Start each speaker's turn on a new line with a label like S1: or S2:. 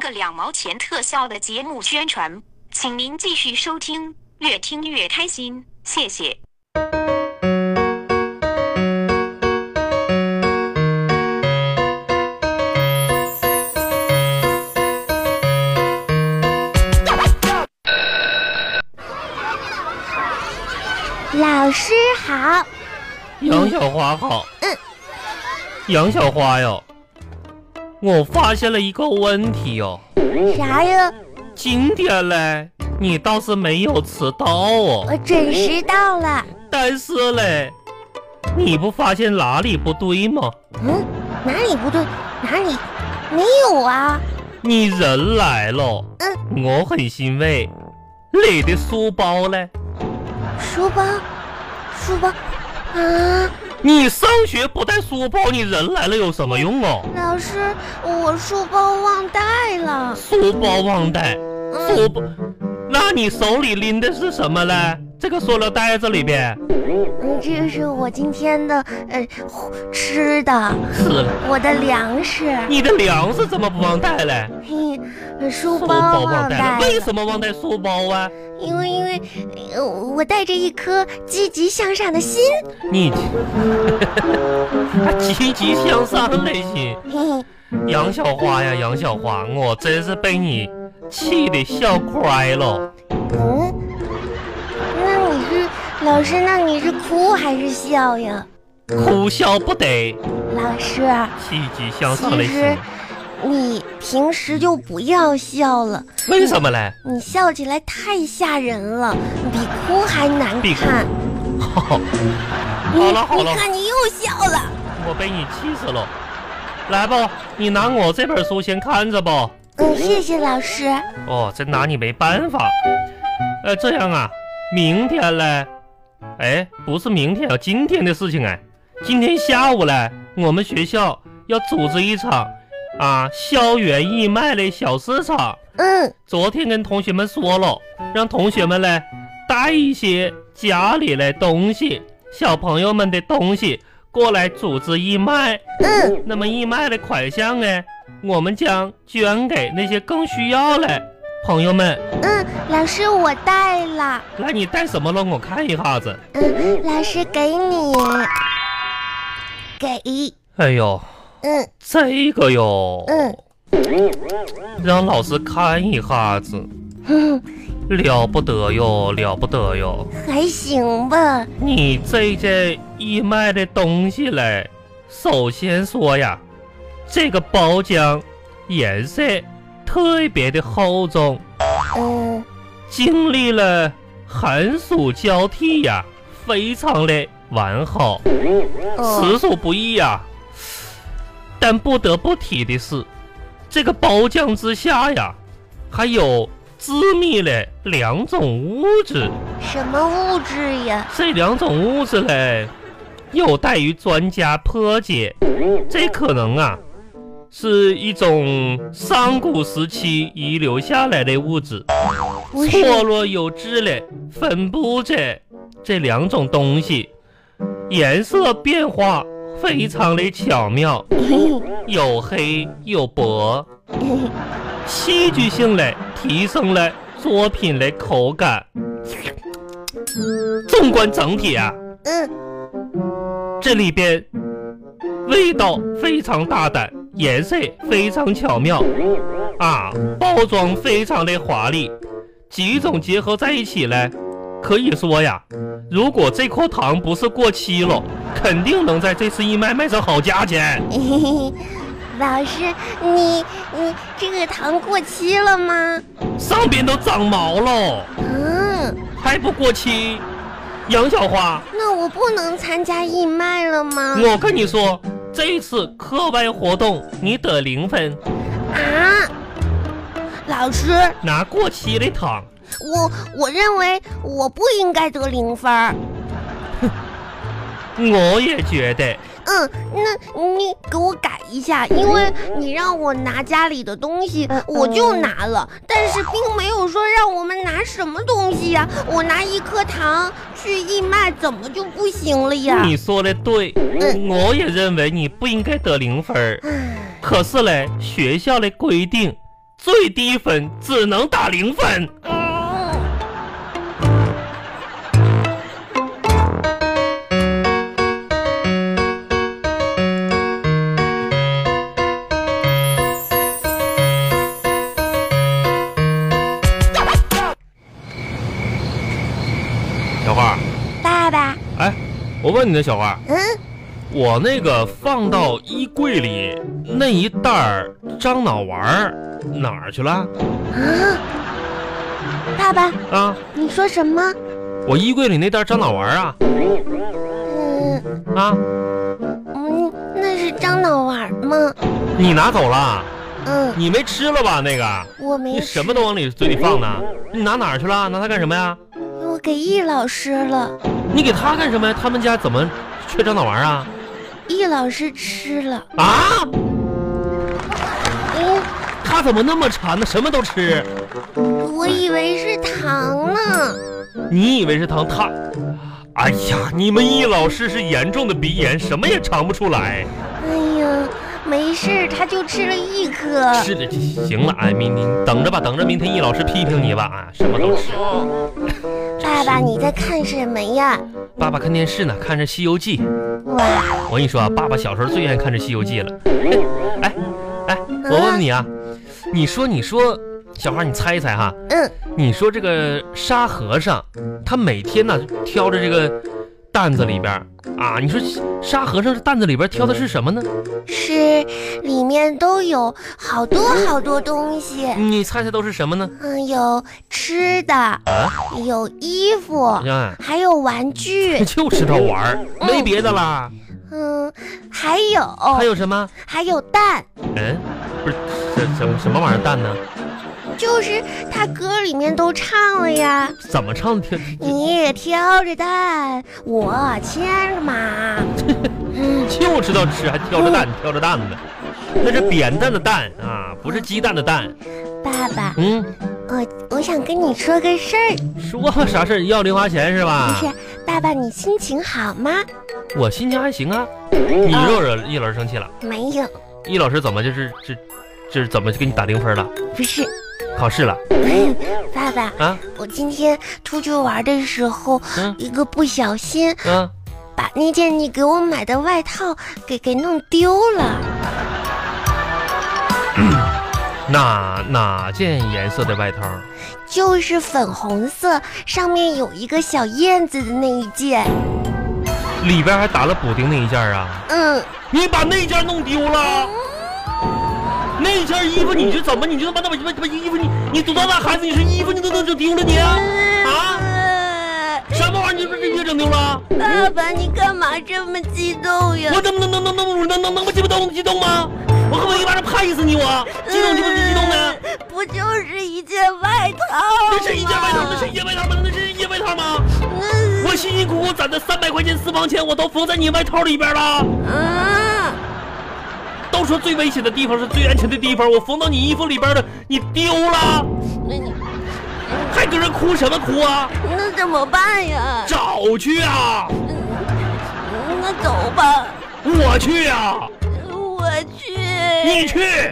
S1: 个两毛钱特效的节目宣传，请您继续收听，越听越开心，谢谢。
S2: 老师好，
S3: 杨小花好。
S2: 嗯
S3: 杨小花哟，我发现了一个问题哟，
S2: 啥呀？
S3: 今天嘞你倒是没有迟到哦，
S2: 我准时到了。
S3: 但是嘞，你不发现哪里不对吗？
S2: 嗯，哪里不对？哪里没有啊？
S3: 你人来了，我很欣慰。你的书包嘞？
S2: 书包，书包啊！
S3: 你上学不带书包，你人来了有什么用哦？
S2: 老师，我书包忘带了。嗯
S3: 书包忘带，书包，那你手里拎的是什么嘞？这个塑料袋子里边
S2: 嗯，这是我今天的呃吃的，
S3: 是了。
S2: 我的粮食。
S3: 你的粮食怎么不忘带嘞？
S2: 嘿，呃书
S3: 书
S2: 包
S3: 包
S2: 忘
S3: 忘带
S2: 带
S3: 了，为
S2: 了，
S3: 什么忘带书包啊？
S2: 因为因为呃我带着一颗积极向上的心。
S3: 你， 还积极向上的心。
S2: 嘿嘿，
S3: 杨小花呀，杨小花，我真是被你气的笑亏了。
S2: 嗯，那你是老师？那你是哭还是笑呀？
S3: 哭笑不得，
S2: 老师，啊
S3: 积极向上的
S2: 其实
S3: 心，
S2: 你平时就不要笑了，
S3: 为什么嘞？
S2: 你笑起来太吓人了，比哭还难
S3: 比哭
S2: 看。
S3: 好，
S2: 你
S3: 好了好
S2: 你
S3: 了，
S2: 看你又笑了。
S3: 我被你气死了。来吧，你拿我这本书先看着吧。
S2: 嗯，谢谢老师。
S3: 哦，真拿你没办法。呃，这样啊，明天嘞，哎，不是明天啊，今天的事情哎，今天下午嘞，我们学校要组织一场啊校园义卖的小市场。
S2: 嗯，
S3: 昨天跟同学们说了，让同学们嘞带一些家里的东西，小朋友们的东西过来组织义卖。
S2: 嗯，
S3: 那么义卖的款项呢，我们将捐给那些更需要的朋友们。
S2: 嗯，老师我带了。
S3: 来，你带什么了？我看一下子。
S2: 嗯，老师给你，给。
S3: 哎呦，
S2: 嗯
S3: 这个哟，
S2: 嗯
S3: 让老师看一下子，哦
S2: 哼，
S3: 了不得哟，了不得哟！
S2: 还行吧。
S3: 你这件义卖的东西嘞，首先说呀，这个包浆颜色特别的厚重，
S2: 嗯
S3: 经历了寒暑交替呀，非常的完好，
S2: 哦，
S3: 实属不易呀。但不得不提的是，这个包浆之下呀，还有致密的两种物质，
S2: 什么物质呀？
S3: 这两种物质嘞，有待于专家破解。这可能啊，是一种上古时期遗留下来的物质。
S2: 不是
S3: 错落有致的分布着这两种东西，颜色变化非常的巧妙，有黑有白，戏剧性的提升了作品的口感。纵观整体啊，
S2: 嗯
S3: 这里边味道非常大胆，颜色非常巧妙，啊，包装非常的华丽，几种结合在一起呢，可以说呀，如果这颗糖不是过期了，肯定能在这次义卖卖上好价钱。
S2: 嘿嘿嘿，老师，你你这个糖过期了吗？
S3: 上边都长毛了，
S2: 嗯，
S3: 还不过期？杨小花，
S2: 那我不能参加义卖了吗？
S3: 我跟你说，这次课外活动你得零分，
S2: 啊，老师，
S3: 拿过期的糖。
S2: 我我认为我不应该得零分儿。
S3: 我也觉得。
S2: 嗯，那你给我改一下，因为你让我拿家里的东西，
S3: 嗯
S2: 我就拿了，但是并没有说让我们拿什么东西呀、我拿一颗糖去义卖，怎么就不行了呀？哎
S3: 你说的对，我也认为你不应该得零分儿。
S2: 唉
S3: 可是嘞，学校的规定最低分只能打零分。小花儿，
S2: 爸爸，
S3: 哎，我问你呢，小花儿，
S2: 嗯，
S3: 我那个放到衣柜里那一袋儿樟脑丸儿哪儿去了
S2: 啊爸爸，
S3: 啊？
S2: 你说什么？
S3: 我衣柜里那袋樟脑丸儿啊
S2: 嗯
S3: 啊，
S2: 嗯，那是樟脑丸吗？
S3: 你拿走了？
S2: 嗯，
S3: 你没吃了吧？那个，
S2: 我没
S3: 你
S2: 吃
S3: 什，么都往里嘴里放呢？你拿哪儿去了？拿它干什么呀？
S2: 我给易老师了，
S3: 你给它干什么呀？他们家怎么缺樟脑丸儿啊？
S2: 易老师吃了。
S3: 啊？
S2: 嗯，
S3: 它怎么那么馋呢？什么都吃？
S2: 我以为是糖呢。
S3: 你以为是糖？它，哎呀，你们易老师是严重的鼻炎，什么也尝不出来。
S2: 哎呀，没事，他就吃了一颗。
S3: 是的，行了，哎，明你等着吧，等着明天易老师批评你吧啊，什么都吃。
S2: 爸爸，你在看什么呀？
S3: 爸爸看电视呢，看着《西游记》。
S2: 哇，
S3: 我跟你说啊，爸爸小时候最愿意看着《西游记》了。哎哎，我问你啊，你说你说，小花，你猜一猜哈，
S2: 嗯，
S3: 你说这个沙和尚，他每天呢挑着这个担子里边儿啊，你说沙和尚这担子里边挑的是什么呢？
S2: 是里面都有好多好多东西。
S3: 你猜猜都是什么呢？
S2: 嗯，有吃的，
S3: 啊，
S2: 有衣服，
S3: 哎，
S2: 还有玩 具，
S3: 就知道玩儿，没别的啦。
S2: 嗯，还有
S3: 还有什么？
S2: 还有蛋，
S3: 嗯，不是什什么什么玩意儿蛋呢？
S2: 就是他歌里面都唱了呀。
S3: 怎么唱的？
S2: 你挑着担，我牵着马。嗯，
S3: 就知道吃，还挑着蛋，挑着蛋呢。那是扁担的担啊，不是鸡蛋的蛋。
S2: 爸爸，
S3: 嗯，
S2: 我我想跟你说个事儿，
S3: 说啥事儿要零花钱是
S2: 不
S3: 吧？
S2: 是，爸爸你心情好吗？
S3: 我心情还行啊。你又惹易老师生气了，
S2: 没有，
S3: 易老师怎么就是这这是怎么就给你打零分了？
S2: 不是，
S3: 考试了
S2: 爸爸，
S3: 啊？
S2: 我今天出去玩的时候，
S3: 嗯
S2: 一个不小心
S3: 嗯，
S2: 把那件你给我买的外套给给弄丢了。
S3: 哪哪件颜色的外套？
S2: 就是粉红色，上面有一个小燕子的那一件，
S3: 里边还打了补丁那一件啊？
S2: 嗯，
S3: 你把那件弄丢了？那件衣服你是怎么？你就他妈怎么怎么衣服你你多大孩子？你说衣服你都弄整丢了你啊？啊
S2: 呃
S3: 什么玩意儿？你说这衣服整丢了？
S2: 爸爸，你干嘛这么激动呀
S3: 我？怎么能能能能能能能不激动激动吗？我恨不得一巴掌拍死你！我激动激动激动呢？
S2: 呃不就是一件外套吗？
S3: 这是一件外套，那是一件外套吗？那是一件外套吗？
S2: 嗯
S3: 我辛辛苦苦攒的三百块钱私房钱，我都缝在你外套里边了。
S2: 嗯
S3: 都说最危险的地方是最安全的地方，我缝到你衣服里边了，你丢了，
S2: 那你
S3: 还搁这哭什么哭啊？
S2: 那怎么办呀？
S3: 找去啊！
S2: 嗯那走吧，
S3: 我去啊！
S2: 我去。
S3: 你去。